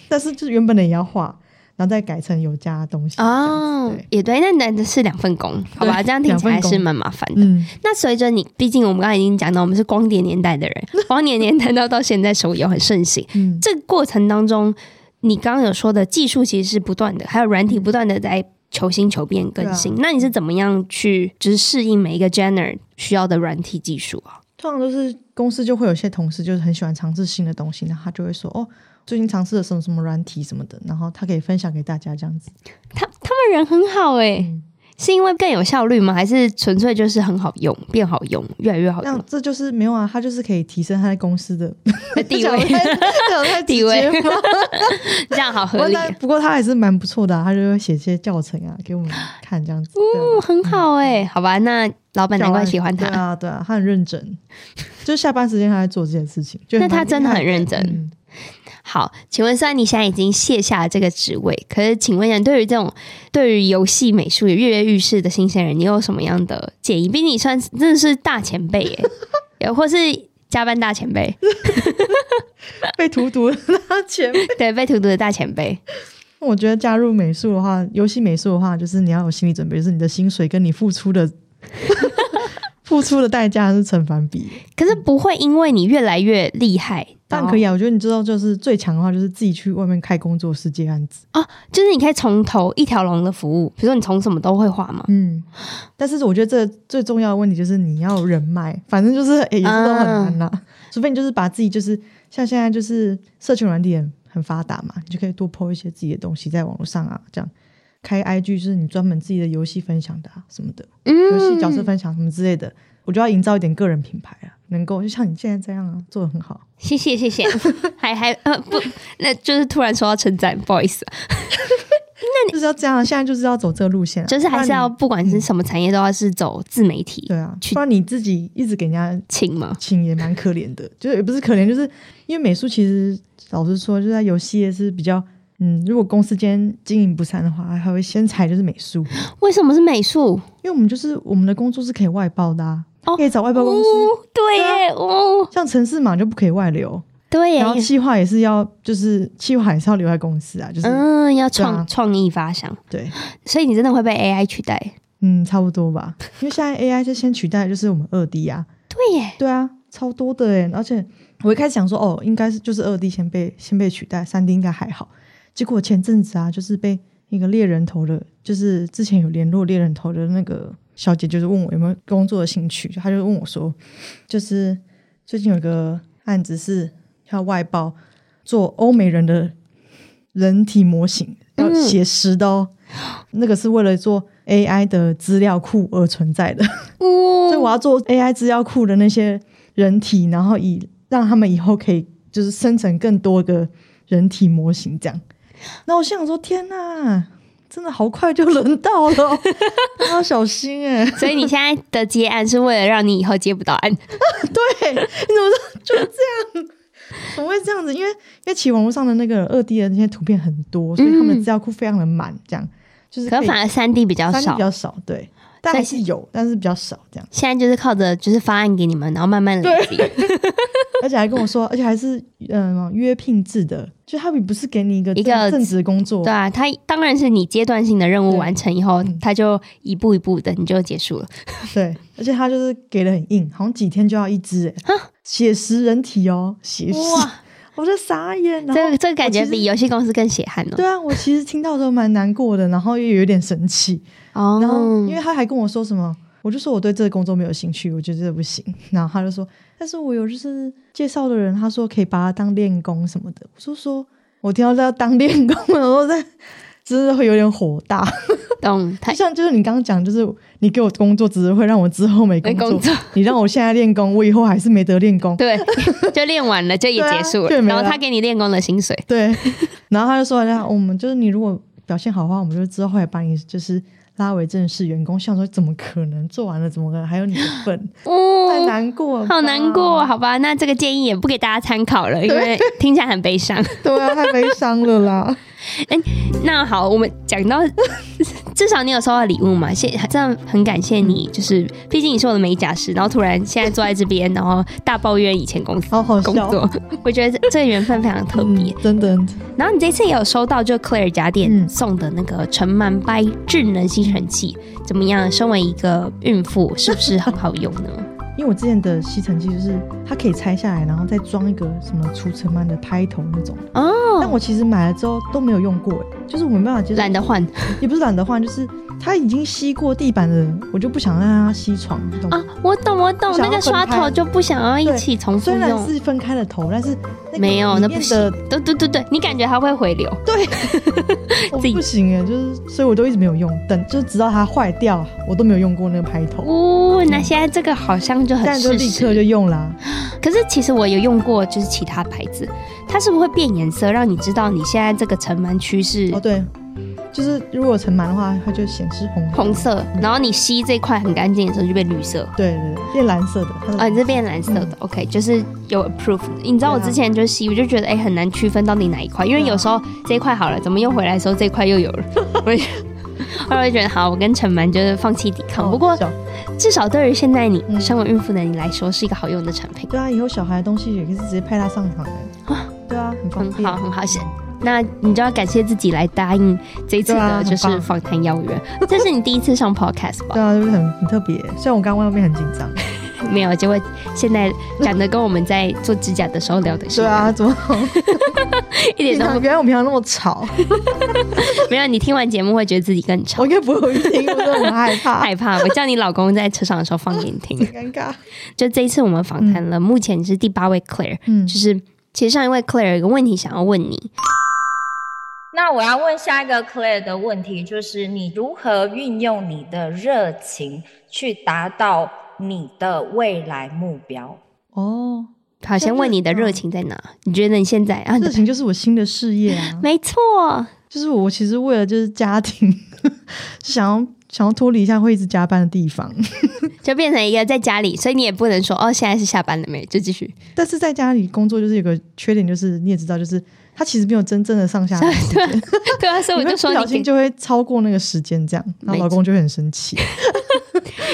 但是就是原本的也要画，然后再改成有加东西
哦
哦。对，
也对，那男的是两份工，好吧，这样听起来还是蛮麻烦的。
嗯，
那随着你，毕竟我们刚才已经讲到，我们是光碟年代的人，光碟年代到到现在手游很盛行，
嗯
这个过程当中，你刚刚有说的技术其实是不断的，还有软体不断的在求新求变更新。那你是怎么样去就是适应每一个 genre 需要的软体技术啊？
通常都是公司就会有些同事就是很喜欢尝试新的东西，然后他就会说哦，最近尝试了什么什么软体什么的，然后他可以分享给大家这样子。
他他们人很好欸诶、
嗯
是因为更有效率吗？还是纯粹就是很好用，变好用，越来越好
那
用？
这就是没有啊，他就是可以提升他在公司的
哎
<laughs>
地位
讲得太讲得太直
地位
接吗
这样好
不
合
过
理、
他不过他还是蛮不错的、啊，他就会写一些教程啊给我们看这样子。啊
哦，很好哎、
嗯
好吧，那老板
对啊
难怪喜欢
对
他，
啊，对啊，他很认真，就是下班时间他在做这件事情。就
那他
啊蛮厉
真的
害
很认真。
嗯
好，请问虽然你现在已经卸下了这个职位，可是请问一下，对于这种对于游戏美术也跃跃欲试的新鲜人，你有什么样的建议？毕竟你算是真的是大前辈
<laughs>
耶、也或是加班大前辈， <laughs>
被荼毒了他前辈
对，被荼毒的大前辈。
我觉得加入美术的话，游戏美术的话，就是你要有心理准备，就是你的薪水跟你付出的 <laughs> 付出的代价是成反比。
可是不会因为你越来越厉害，
当然可以
啊，
啊，我觉得你知道，就是最强的话，就是自己去外面开工作室接案子。
哦就是你可以从头一条龙的服务，比如说你从什么都会画嘛。
嗯，但是我觉得这最重要的问题就是你要有人脉，反正就是、哎诶也是都很难
嗯
啦、除非你就是把自己就是像现在就是社群软体很很发达嘛，你就可以多 PO 一些自己的东西在网络上啊，这样。开 IG，就是你专门自己的游戏分享的、啊、什么的，游
嗯
戏角色分享什么之类的，我就要营造一点个人品牌啊，能够就像你现在这样啊，做的很好。
谢谢谢谢，
<laughs>
还还呃不，那就是突然收到称赞，不好意思、啊，
就是要这样啊，现在就是要走这个路线啊、
就是还是要
不
不管是什么产业都要是走自媒体
然你对啊，
去
不然你自己一直给人家
请嘛，
请也蛮可怜的，就是也不是可怜，就是因为美术其实老实说，就在游戏业是比较。嗯，如果公司今天经营不善的话，还会先裁就是美术，
为什么是美术？
因为我们就是我们的工作是可以外包的、啊，
哦
可以找外包公司。
哦，对耶，哦，
像城市码就不可以外流，
对耶
然，后企划也是要，就是企划还是要留在公司啊，就是、
嗯，要
对
创
啊
创意发想，
对，
所以你真的会被 AI 取代？
嗯，差不多吧。因为现在 AI 就先取代就是我们二 D 啊，
对耶，
对啊，超多的哎、而且我一开始想说，哦，应该是就是二 D 先被先被取代，三 D 应该还好。结果前阵子啊，就是被那个猎人头的，就是之前有联络猎人头的那个小姐，就是问我有没有工作的兴趣，就她就问我说，就是最近有一个案子是要外包做欧美人的人体模型，要
嗯
写实的哦，那个是为了做 AI 的资料库而存在的。所以
哦，
我要做 AI 资料库的那些人体，然后以让他们以后可以就是生成更多个人体模型这样。那我心想说，天哪，真的好快就轮到了 <laughs> 哦，大家要小心哎、
所以你现在的接案是为了让你以后接不到案，
<laughs> 对，你怎么就就这样？怎么会这样子？因为因为其实网络上的那个二 D 的那些图片很多，所以他们的资料库非常的满，这样就是
嗯可
以
反而三 D 比较
三 D
少
比。较少，对，但还是有，但是比较少这样。
现在就是靠着就是方案给你们，然后慢慢累 <laughs> 积。
而且还跟我说，而且还是嗯约聘制的，就他不是给你一个
一个
正职工作
对，啊，他当然是你阶段性的任务
哦对嗯
完成以后，他就一步一步的你就结束了。
对，而且他就是给的很硬，好像几天就要一只、欸，写实人体哦，写实，
哇，
我就傻眼，然
这
后
个这个感觉比游戏公司更血汗哦。
对啊，我其实听到都蛮难过的，然后又有点生气，
哦，
然后因为他还跟我说什么，我就说我对这个工作没有兴趣，我觉得这不行。 <laughs> 然后他就说，但是我有就是介绍的人，他说可以把他当练功什么的。我就说，我听到他当练功，然后在真的会有点火大。
懂他
就像就是你刚刚讲，就是你给我工作，只是会让我之后没
没
工作。
哎工作，
你让我现在练功，我以后还是没得练
<laughs>
功。
对，就练完了就也
对啊
结束了，
就也没
然后
了
他给你练功的薪水。
对，然后他就说：“那我们就是你如果表现好的话，我们就之后也把你就是拉为正式员工。”想说怎么可能做完了，怎么可能还有你的份？太
哦，
难过了，
好难过，。啊好吧，那这个建议也不给大家参考了，因为听起来很悲伤。
对啊，太悲伤了
<laughs>
啦。
那好，我们讲
<laughs>
到，至少你有收到礼物嘛？谢，真的很感谢你，就是毕竟你是我的美甲师，然后突然现在坐在这边，然后大抱怨以前公司
好好
工
笑，
作，我觉得这个缘分非常特别。
嗯，真的，
然后你这次也有收到就 Claire 家店
嗯
送的那个陈曼掰智能吸尘器，怎么样？身为一个孕妇，是不是很好用
<laughs>
呢？
因为我之前的吸尘器就是它可以拆下来，然后再装一个什么除尘螨的拍头那种。但
哦，
我其实买了之后都没有用过，欸就是我没办法接受，
懒得换
也不是懒得换，就是它已经吸过地板了，我就不想让它吸床，懂吗
啊！我懂，我懂，
不
那
想要
个刷
分开
头就不想要一起重复
虽然
用。
是分开了头，但是那个
没有，
里
那
面
不
的
行。对对对对，你感觉它会回流。
我
自己
不行哎，就是所以我都一直没有用，等就直到它坏掉，我都没有用过那个拍头，
哦，那现在这个好像就很
但嗯就
适
立刻
时。
就用啦。
可是其实我有用过，就是其他牌子，它是不是会变颜色，让你知道你现在这个尘螨区是
哦对，就是如果尘螨的话，它就显示红。
红色，然后你吸这块很干净的时候就变绿色。
对对对，变蓝色的。它的哦
啊，你是变蓝色的、o k 就是有 approve。你知道我
对啊
之前就吸，我就觉得哎、很难区分到底哪一块，因为
对啊
有时候这一块好了，怎么又回来的时候这一块又有
<laughs>
了，我就后来我就觉得好，我跟陈蛮就是放弃抵抗。
哦
不过
小
至少对于现在你、
嗯
身为孕妇的你来说是一个好用的产品，
对啊，以后小孩的东西也可以直接派他上场哎。 <laughs> 对啊，很方
很
便
嗯好。很好。是，那你就要感谢自己来答应这一次
对啊
的就
很
是
棒
访谈邀约。这是你第一次上 podcast 吧
对？啊，就是很很特别。虽然我刚刚外面很紧
<laughs>
张。
没有，结果现在讲的跟我们在做指甲的时候聊的是
对
一样
啊，
的，
怎么？
<laughs> 一点
平
都
常
不
原来我平常那么吵，
没有。你听完节目会觉得自己更吵
我。应该不会听，我真的很害
<laughs>
怕，
害怕，我叫你老公在车上的时候放给你
很
听。 <laughs>
尴尬。
就这一次我们访谈了，目前是第八位 Claire，
嗯
就，是其实上一位 Claire 有个问题想要问你，
那我要问下一个 Claire 的问题，就是你如何运用你的热情去达到你的未来目标？
哦，
好，先问你的热情在哪？你觉得你现在啊？
热情嗯就是我新的事业
<laughs>
啊，
没错，
就是我其实为了就是家庭， <laughs> 想要想要脱离一下会一直加班的地方，
就变成一个在家里，所以你也不能说哦，现在是下班了没，就
<laughs>
继续。
但是在家里工作就是有个缺点，就是你也知道，就是它其实没有真正的上下班时 <laughs> 间，
对啊，所以我
你会
就说
不小
你
心就会超过那个时间这样，然后老公就会很生气。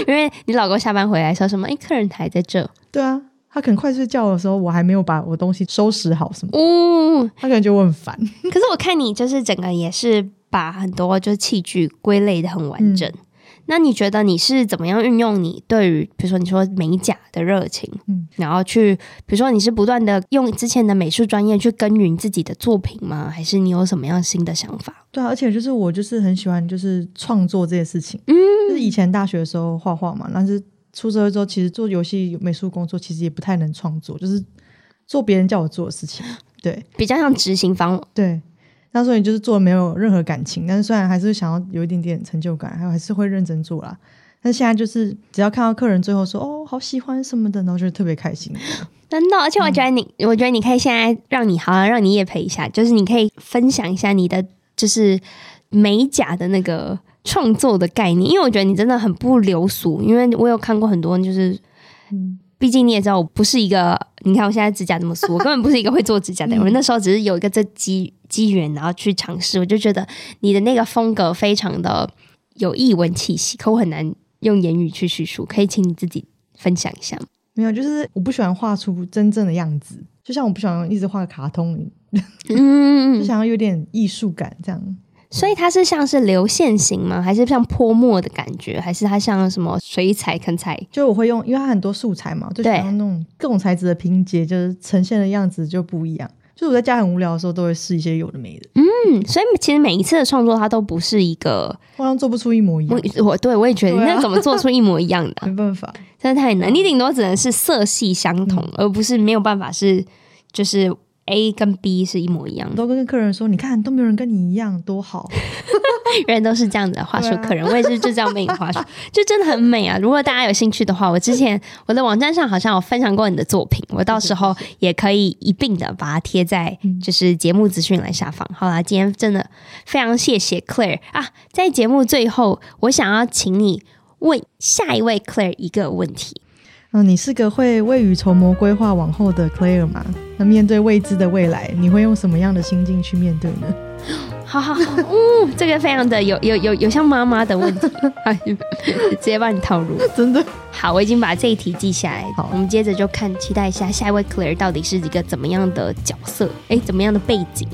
因为你老公下班回来说什么？哎、客人还在这，
对啊，他可能快睡觉的时候，我还没有把我东西收拾好什么，
呜、
他可能觉得我很烦。
可是我看你就是整个也是把很多就是器具归类的很完整。那你觉得你是怎么样运用你对于比如说你说美甲的热情，
嗯
然后去比如说你是不断的用之前的美术专业去耕耘自己的作品吗？还是你有什么样新的想法？
对啊，而且就是我就是很喜欢就是创作这些事情，
嗯
就是以前大学的时候画画嘛，但是出社会之后，其实做游戏美术工作其实也不太能创作，就是做别人叫我做的事情。对
比较像执行方
对，那时候你就是做得没有任何感情，但是虽然还是想要有一点点成就感，还有还是会认真做啦。但现在就是只要看到客人最后说哦好喜欢什么的，然后就特别开心。
真的，而且我觉得你，我觉得你可以现在让你好像让你也陪一下，就是你可以分享一下你的就是美甲的那个创作的概念，因为我觉得你真的很不流俗，因为我有看过很多就是，毕竟你也知道我不是一个，你看我现在指甲这么俗，我根本不是一个会做指甲的人，我那时候只是有一个这机机缘，然后去尝试，我就觉得你的那个风格非常的有异文气息，可我很难用言语去叙述，可以请你自己分享一下吗？
<laughs> 没有，就是我不喜欢画出真正的样子，就像我不喜欢一直画卡通，
嗯
就想要有点艺术感这样。
所以它是像是流线型吗？还是像泼墨的感觉？还是它像什么水彩、坑彩？
就我会用，因为它很多素材嘛，我就
对
想用那种各种材质的拼接，就是呈现的样子就不一样。就是我在家很无聊的时候，都会试一些有的没的，
嗯，所以其实每一次的创作，它都不是一个
好像做不出一模一样，
我我对我也觉得，
对啊
那怎么做出一模一
<laughs>
样的啊、
没办法。
真的太难。你顶多只能是色系相同，
嗯
而不是没有办法是就是 A 跟 B 是一模一样
我
的。
都跟客人说，你看都没有人跟你一样，多好。
人都是这样子的话术
对啊
客人，我也是就这样被你话术，就真的很美啊！如果大家有兴趣的话，我之前我的网站上好像有分享过你的作品，我到时候也可以一并的把它贴在
嗯
就是节目资讯栏下方。好啦，今天真的非常谢谢 Claire 啊！在节目最后，我想要请你问下一位 Claire 一个问题。
嗯，你是个会未雨绸缪、规划往后的 Claire 吗？那面对未知的未来，你会用什么样的心境去面对呢？ <laughs>
好好好，嗯，这个非常的有有有有像妈妈
<laughs>
的问题，啊，直接帮你套路。
真的，
好，我已经把这一题记下来。
好
我们接着就看，期待一下下一位 Claire 到底是一个怎么样的角色，诶，怎么样的背景。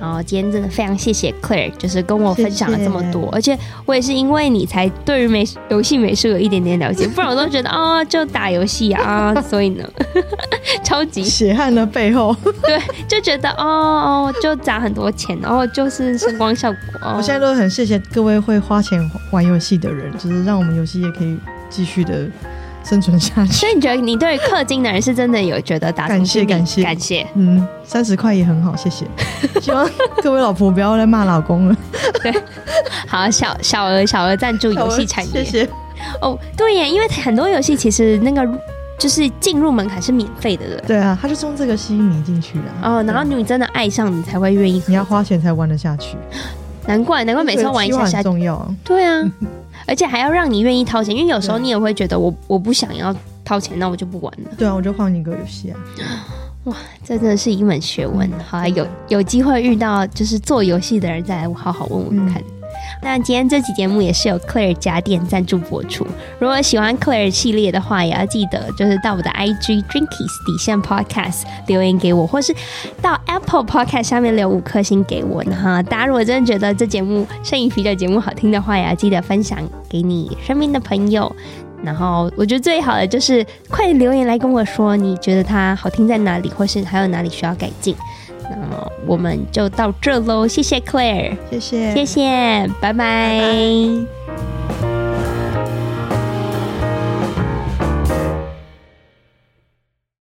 然后今天真的非常谢谢 Claire，就是跟我分享了这么多，
谢谢
而且我也是因为你才对于美游戏美术有一点点了解，不然我都觉得 <laughs> 哦，就打游戏啊，所以呢， <laughs> 超级
血汗的背后，
对，就觉得哦哦，就砸很多钱，然后就是声光效果。哦、
我现在都很谢谢各位会花钱玩游戏的人，就是让我们游戏也可以继续的生存下去。
所以你觉得你对于氪金的人是真的有觉得打从
感谢
心底
感谢
感谢，
嗯，三十块也很好，谢谢。希望各位老婆不要再骂老公了。
好，小小额小额赞助游戏产
谢
业。
谢。
哦，对耶，因为很多游戏其实那个就是进入门槛是免费的，对不对？
对啊，他就是用这个吸引你进去的、啊。
哦，然后你真的爱上，你才会愿意。
你要花钱才玩得下去，
难怪，难怪每次都玩一下
所以计划
下
很，重要啊。
对 <laughs> 啊，而且还要让你愿意掏钱，因为有时候你也会觉得我我不想要掏钱，那我就不玩了。
对啊，我就换一个游戏啊。
这真的是一门学问。好啊，有有机会遇到就是做游戏的人，再来好好问问看。那今天这期节目也是由 Claire 家电赞助播出。如果喜欢 Claire 系列的话，也要记得就是到我的 IG Drinkies 底线 Podcast 留言给我，或是到 Apple Podcast 下面留五颗星给我。然后大家如果真的觉得这节目摄影皮的节目好听的话，也要记得分享给你身边的朋友。然后我觉得最好的就是快点留言来跟我说，你觉得它好听在哪里，或是还有哪里需要改进。那我们就到这喽，谢谢 Claire，
谢谢，
谢谢，拜拜